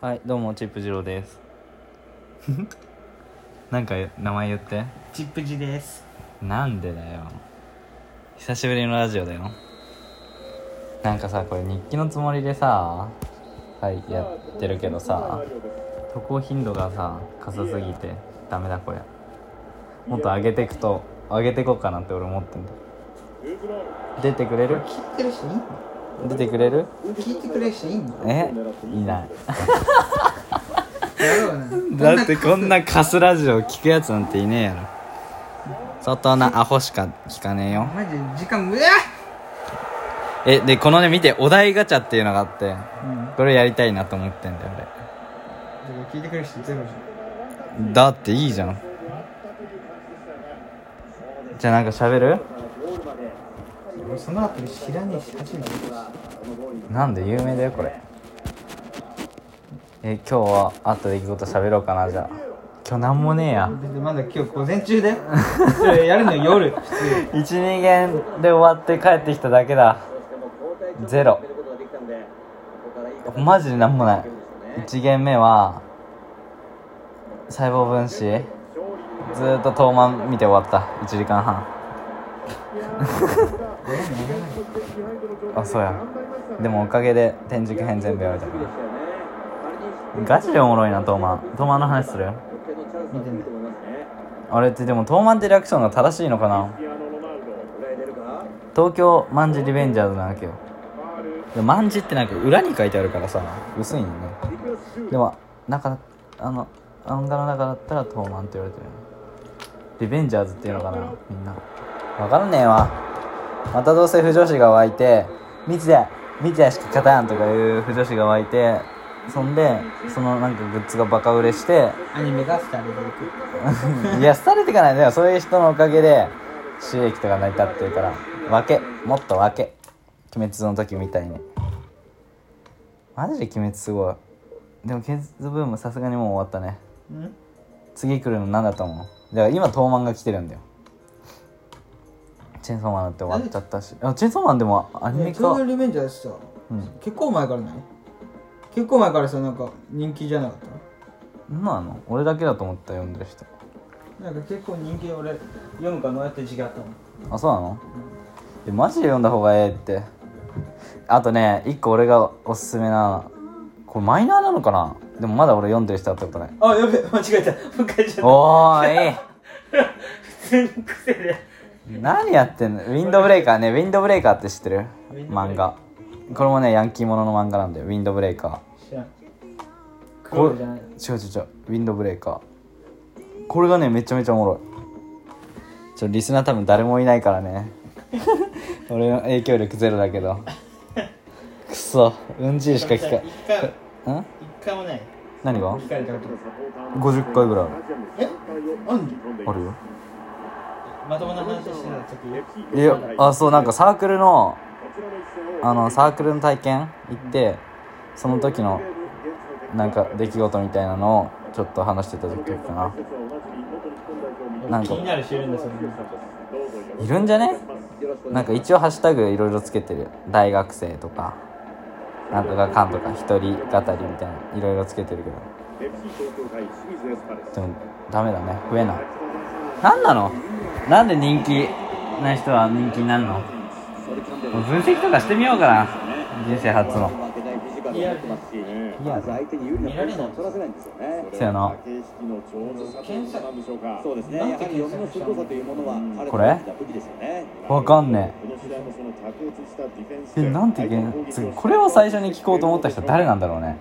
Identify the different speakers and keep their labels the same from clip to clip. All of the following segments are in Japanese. Speaker 1: はい、どうも、チップ次郎です。 なんか名前言って。
Speaker 2: チップジです
Speaker 1: なんでだよ。久しぶりのラジオだよ。なんかさ、これ日記のつもりでさ、はい、やってるけどさ、渡航頻度がさ、かさすぎて、ダメだこれ。もっと上げてくと、上げてこうかなって俺思ってんだ。出てくれる
Speaker 2: 聞いてる人いんの
Speaker 1: 出てくれる
Speaker 2: 聞いてくれる人いんの
Speaker 1: えいない。
Speaker 2: やろうな
Speaker 1: だってこんなカスラジオ聞くやつなんていねえやろ相当なアホしか聞かねえよ
Speaker 2: マジで時間うわ
Speaker 1: えでこのね見てお題ガチャっていうのがあって
Speaker 2: うん
Speaker 1: これやりたいなと思ってんだよ
Speaker 2: 聞いてくれる人ゼロじゃ
Speaker 1: 俺だっていいじゃんじゃあなんか喋る
Speaker 2: ん俺そのアプリ知らねえし初めて聞いたし
Speaker 1: なんで有名だよこれえ今日はあと出来事喋ろうかなじゃあ今日なんもねえや
Speaker 2: だってまだ今日午前中だよそれやるの夜 普通
Speaker 1: 12限で終わって帰ってきただけだゼロマジでなんもない1限目は細胞分子ずーっと遠慢見て終わった1時間半 あそうやでもおかげで天竺編全部やめたからガチでおもろいな遠慢遠慢の話する
Speaker 2: 見てんだ
Speaker 1: あれってでも遠慢ってリアクションが正しいのかな東京マンジリベンジャーズなわけよでマンジってなんか裏に書いてあるからさ薄いんよねでもなんかあの漫画の中だったら東マンって言われてるよねリベンジャーズっていうのかなみんなわからねえわまたどうせ不女子が湧いて「見てだ見てだしか勝たん」とかいう不女子が湧いてそんでそのなんかグッズがバカ売れして
Speaker 2: アニメがスターで出てくる
Speaker 1: いや、廃れてかないんだよ。そういう人のおかげで、収益とか成り立ってるから。分け。もっと分け。鬼滅の時みたいに。マジで鬼滅すごい。でも、鬼滅ブームさすがにもう終わったね。
Speaker 2: うん
Speaker 1: 次来るの何だと思うだから今、東漫が来てるんだよ。チェーンソーマンだって終わっちゃったし。あ、チェーンソーマンでもアニメ
Speaker 2: ねちょう
Speaker 1: か
Speaker 2: ど。リベンジャーズさ
Speaker 1: うん。
Speaker 2: 結構前からない結構前からさなんか人気じゃなかった
Speaker 1: なんなの俺だけだと思った、読んでる人。
Speaker 2: なんか結構人気俺読むか迷って時期あったもん
Speaker 1: あそうなのえマジで読んだ方がええってあとね一個俺がおすすめなこれマイナーなのかなでもまだ俺読んでる人会ったことない
Speaker 2: あやべえ間違えたもう一回ちゃっ
Speaker 1: おー
Speaker 2: た 普通に癖で
Speaker 1: い何やってんのウィンドブレイカーねウィンドブレイカーって知ってる漫画これもねヤンキーものの漫画なんだよウィンドブレイカ
Speaker 2: 知らん
Speaker 1: ーこ
Speaker 2: 黒
Speaker 1: れ
Speaker 2: じゃない
Speaker 1: 違う違う違うウィンドブレイカーこれがねめちゃめちゃおもろいちょリスナー多分誰もいないからね俺の影響力ゼロだけどくそうんちいしか聞か
Speaker 2: 一回
Speaker 1: ん
Speaker 2: 一回もない
Speaker 1: 何が
Speaker 2: 聞かれたこと
Speaker 1: 50回ぐらいあ
Speaker 2: えなんで
Speaker 1: るあるよ
Speaker 2: まともな話してた時
Speaker 1: いやあそうなんかサークルのあのサークルの体験行ってその時のなんか出来事みたいなのをちょっと話してた時かななん
Speaker 2: 気
Speaker 1: か
Speaker 2: になる人いるんだそれ
Speaker 1: いるんじゃねなんか一応ハッシュタグいろいろつけてるよ大学生とかなんとかかんとか一人語りみたいないろいろつけてるけどでもダメだね増えないなんなのなんで人気な人は人気になるのもう分析とかしてみようかな人生初の
Speaker 2: いや
Speaker 1: いや
Speaker 3: 相手に有利なポジションを取らせないんですよね。
Speaker 1: そやな
Speaker 2: 検査
Speaker 3: そうですね。やはり読みの鋭さというものは、
Speaker 1: これ
Speaker 3: 武器ですよね。
Speaker 1: わかんねええなんて言うけんこれを最初に聞こうと思った人誰なんだろうね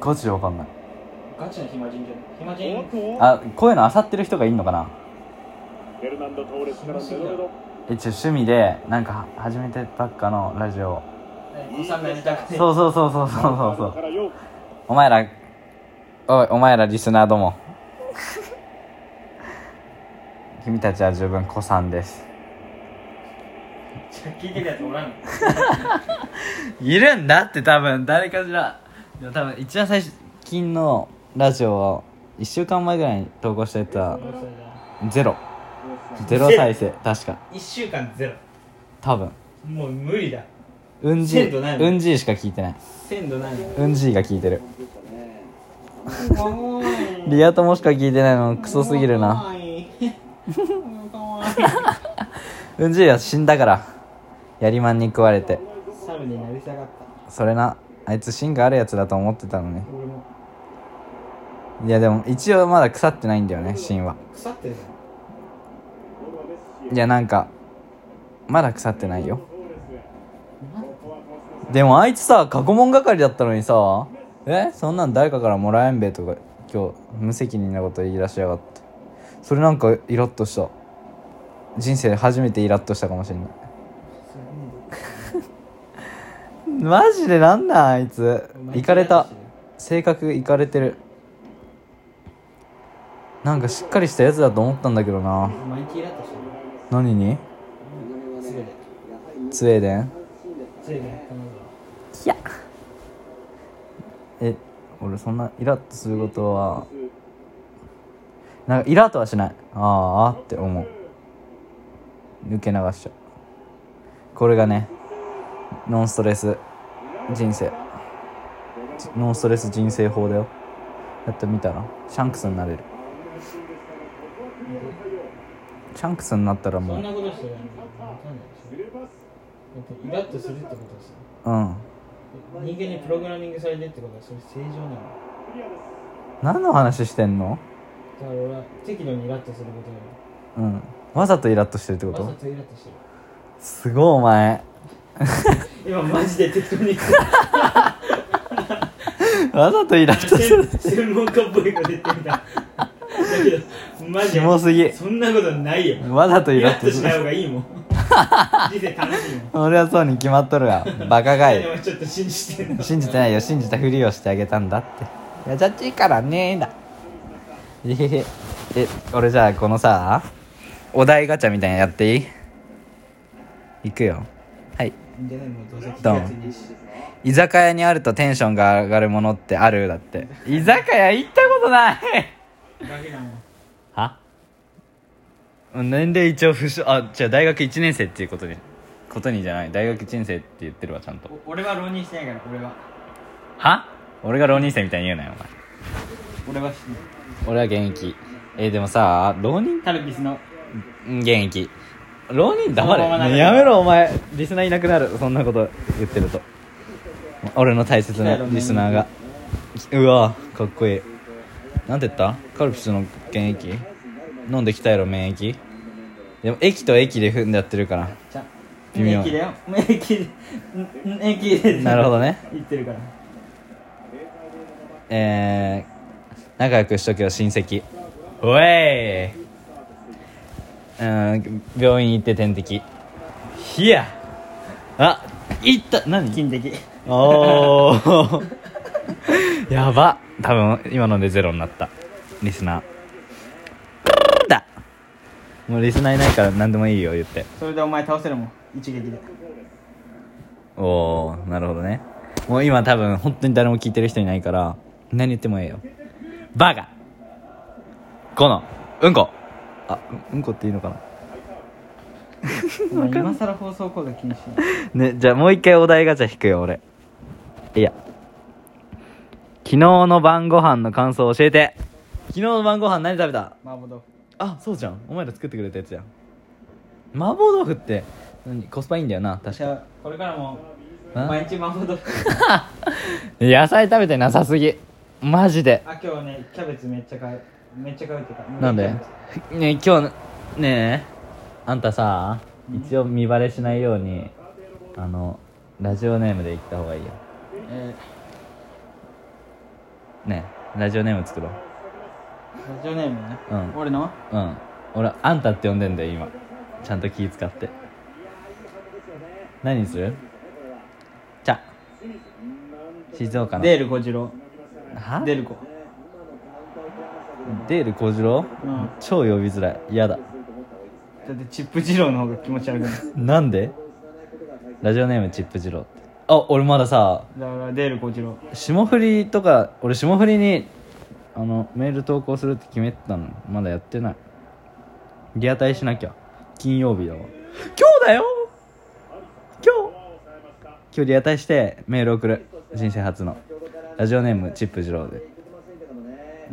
Speaker 1: ガチでわかんない
Speaker 2: ガチの暇人じゃん暇人
Speaker 1: あこういうの漁ってる人がいんのかな
Speaker 4: フェルナンド・トーレスからメロメロ
Speaker 1: え一応趣味でなんか始めてばっかのラジオ
Speaker 2: おさめにたくて
Speaker 1: そうそうそうそうそうそうそ
Speaker 4: か
Speaker 1: う
Speaker 4: らよ
Speaker 1: お前らおいお前らリスナーど も君たちは十分古参です
Speaker 2: 聞いてるやつおらん
Speaker 1: いるんだって多分誰かしらでも多分一番最近のラジオを1週間前ぐらいに投稿したやつはゼロゼロ再生確か
Speaker 2: 1週間ゼロ
Speaker 1: 多分
Speaker 2: もう無理だ
Speaker 1: うんじ
Speaker 2: 鮮度ない
Speaker 1: い
Speaker 2: の
Speaker 1: うんじいしか聞いてない
Speaker 2: 鮮度ないの
Speaker 1: うんじいが聞いてる
Speaker 2: かわいい
Speaker 1: リア友しか聞いてないのクソすぎる
Speaker 2: か
Speaker 1: な
Speaker 2: わいいかわいい
Speaker 1: うんじいは死んだからやりまんに食われて
Speaker 2: 猿になりたがった
Speaker 1: それなあいつ芯があるやつだと思ってたのね
Speaker 2: 俺も
Speaker 1: いやでも一応まだ腐ってないんだよね芯は
Speaker 2: 腐ってるじ
Speaker 1: いやなんかまだ腐ってないよ
Speaker 2: ゃん
Speaker 1: でもあいつさ過去問係だったのにさえそんなん誰かからもらえんべとか今日無責任なこと言い出しやがってそれなんかイラッとした人生で初めてイラッとしたかもしれないマジでなんなんあいついかれた性格いかれてるなんかしっかりしたやつだと思ったんだけどな
Speaker 2: 毎日イラッとしてる
Speaker 1: 何に
Speaker 2: すげえ
Speaker 1: スウェーデン
Speaker 2: ついね頼むわ
Speaker 1: いやえ俺そんなイラッとすることはなんかイラッとはしないあーあって思う抜け流しちゃうこれがねノンストレス人生じノンストレス人生法だよやってみたらシャンクスになれるシャンクスになったらも
Speaker 2: そ
Speaker 1: う
Speaker 2: んなことしてるなんてわかんないでしょだってイラッとするってことはさ
Speaker 1: うん
Speaker 2: 人間にプログラミングされてるってことはそれ正常なのだか
Speaker 1: 何の話してんの
Speaker 2: ら俺は適度にイラッとすることよ
Speaker 1: うんわざとイラッとしてるってこ
Speaker 2: りわざ
Speaker 1: と
Speaker 2: とイラッとしてる
Speaker 1: すごいお前
Speaker 2: 今マジで適当に
Speaker 1: わざとイラッとす る
Speaker 2: 専門家っぽいこと言ってみただけどマジ
Speaker 1: キモすぎ
Speaker 2: そんなことないよ
Speaker 1: わざとイ
Speaker 2: イ
Speaker 1: ラ
Speaker 2: ラ
Speaker 1: ッ
Speaker 2: ッ
Speaker 1: と
Speaker 2: と
Speaker 1: す
Speaker 2: し
Speaker 1: る
Speaker 2: ない方がいいもん人生楽 しいもん
Speaker 1: 俺はそうに決まっとるわバカが
Speaker 2: で
Speaker 1: い
Speaker 2: もちょっと信じてんの
Speaker 1: 信じてないよ信じたふりをしてあげたんだって優しいからねーだえへへえ俺じゃあこのさお題ガチャみたいなのやっていい行くよはい
Speaker 2: じゃないもうどうせ気
Speaker 1: ド
Speaker 2: がつい
Speaker 1: ン
Speaker 2: てし
Speaker 1: 居酒屋にあるとテンションが上がるものってあるだって居酒屋行ったことない
Speaker 2: だけだもん
Speaker 1: は年齢一応不詳あじゃあ大学1年生っていうことにことにじゃない大学1年生って言ってるわちゃんと
Speaker 2: お俺は浪人してないから俺は
Speaker 1: は俺が浪人生みたいに言うなよお前
Speaker 2: 俺はしてない
Speaker 1: 俺は現役えーでもさ浪人
Speaker 2: カルピスの
Speaker 1: うん現役浪人黙
Speaker 2: そのまま
Speaker 1: れ
Speaker 2: 流れ
Speaker 1: やめろお前リスナーいなくなるそんなこと言ってると俺の大切なリスナーがうわかっこいいなんて言ったカルピスの現役飲んできたやろ免疫でも駅と駅で踏んでやってるから
Speaker 2: じゃ
Speaker 1: 微妙
Speaker 2: 駅だよ駅でんん駅 で
Speaker 1: なるほどね
Speaker 2: 言ってるから
Speaker 1: えー、仲良くしとけよ親戚おえいうーん病院行って点滴ひやあ行った何
Speaker 2: 金的
Speaker 1: おお やば多分今のでゼロになったリスナーだもうリスナーいないから何でもいいよ言って
Speaker 2: それでお前倒せるもん一撃で
Speaker 1: おおなるほどねもう今多分本当に誰も聞いてる人いないから何言ってもええよバカこのうんこあうんうんこっていいのか
Speaker 2: お前今更放送コード禁止
Speaker 1: なねじゃあもう一回お題ガチャ引くよ俺いや昨日の晩ご飯の感想教えて昨日の晩ご飯何食べた
Speaker 2: 麻婆豆腐
Speaker 1: あそうじゃんお前ら作ってくれたやつじゃん麻婆豆腐って何コスパいいんだよな確
Speaker 2: 私
Speaker 1: か
Speaker 2: はこれからも
Speaker 1: ん
Speaker 2: 毎日麻婆豆腐
Speaker 1: 野菜食べてなさすぎマジで
Speaker 2: あ今日ねキャベツめっちゃ買うめっちゃ買うっていうか
Speaker 1: なん
Speaker 2: キ
Speaker 1: で
Speaker 2: ャベツ
Speaker 1: ねえ今日ねえあんたさ一応見バレしないようにあのラジオネームで言った方がいいよ
Speaker 2: え
Speaker 1: ねえラジオネーム作ろう
Speaker 2: ーラジオネームね
Speaker 1: うん
Speaker 2: 俺の
Speaker 1: うん俺あんたって呼んでんだよ今ちゃんと気使って何するじゃ静岡の
Speaker 2: デール小次郎
Speaker 1: は
Speaker 2: デール子
Speaker 1: デール小次郎
Speaker 2: うんだ
Speaker 1: 超呼びづらい嫌だ
Speaker 2: ってチップ二郎の方が気持ち悪くない
Speaker 1: なんでラジオネームチップ二郎ってあ俺まださ
Speaker 2: だからデール小次郎
Speaker 1: 霜降りとか俺霜降りにあのメール投稿するって決めてたのまだやってないリアタイしなきゃ金曜日だわ今日だよ今日距離を対してメールを送る人生初のラジオネームチップ二郎で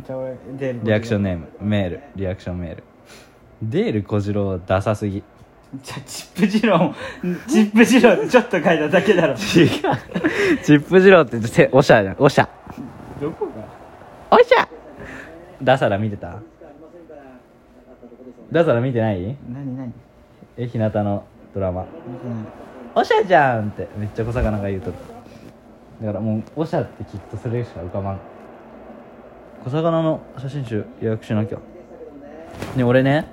Speaker 2: じゃあ俺デール
Speaker 1: リアクションネームメールリアクションメールデール小次郎はダサすぎ
Speaker 2: じゃあチップジローもチップジローってちょっと書いただけだろ
Speaker 1: 違うチップ二郎ってておしゃじゃんおしゃ
Speaker 2: どこが
Speaker 1: おしゃダサラ見てたダサラ見てない
Speaker 2: 何何
Speaker 1: え日向のドラマ「おしゃじゃん!」ってめっちゃ小魚が言うとるだからもう「おしゃ」ってきっとそれしか浮かばん小魚の写真集予約しなきゃで俺ね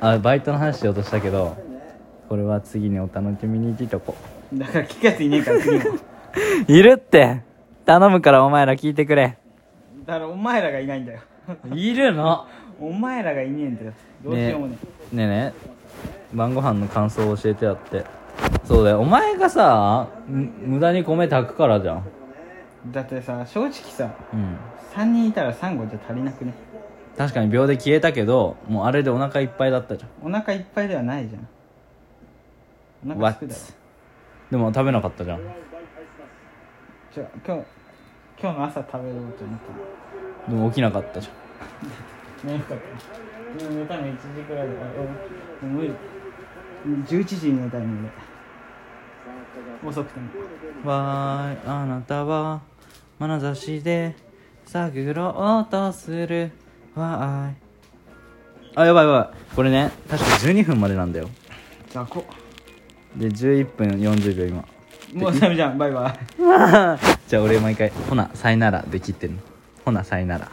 Speaker 1: あバイトの話しようとしたけどこれは次にお楽しみに聞いとこ
Speaker 2: だから聞かずいねえから次 も
Speaker 1: いるって頼むからお前ら聞いてくれ
Speaker 2: だからお前らがいないんだよ
Speaker 1: いるの
Speaker 2: お前らがいねえんだよどうしようもね
Speaker 1: ねえね晩ご飯の感想を教えてやってそうだよお前がさむ無駄に米炊くからじゃん
Speaker 2: だってさ正直さ
Speaker 1: うん
Speaker 2: 3人いたら3合じゃ足りなくね
Speaker 1: 確かに秒で消えたけどもうあれでお腹いっぱいだったじゃん
Speaker 2: お腹いっぱいではないじゃんお腹
Speaker 1: What？
Speaker 2: すくだろ
Speaker 1: でも食べなかったじゃん
Speaker 2: じゃあ今日今日の朝食べようと思ったの
Speaker 1: でも起きなかったじ
Speaker 2: 寝かった寝たの1時くらいだからもう無理11時に寝たいので遅くても
Speaker 1: ゃんわーいあなたは眼差しで探ろうとするわーいあやばいやばいこれね確か12分までなんだよ
Speaker 2: 雑魚
Speaker 1: で11分40秒今
Speaker 2: もうダメじゃんバイバイ
Speaker 1: じゃあ俺毎回「ほなさいなら」で切ってるの「ほなさいなら」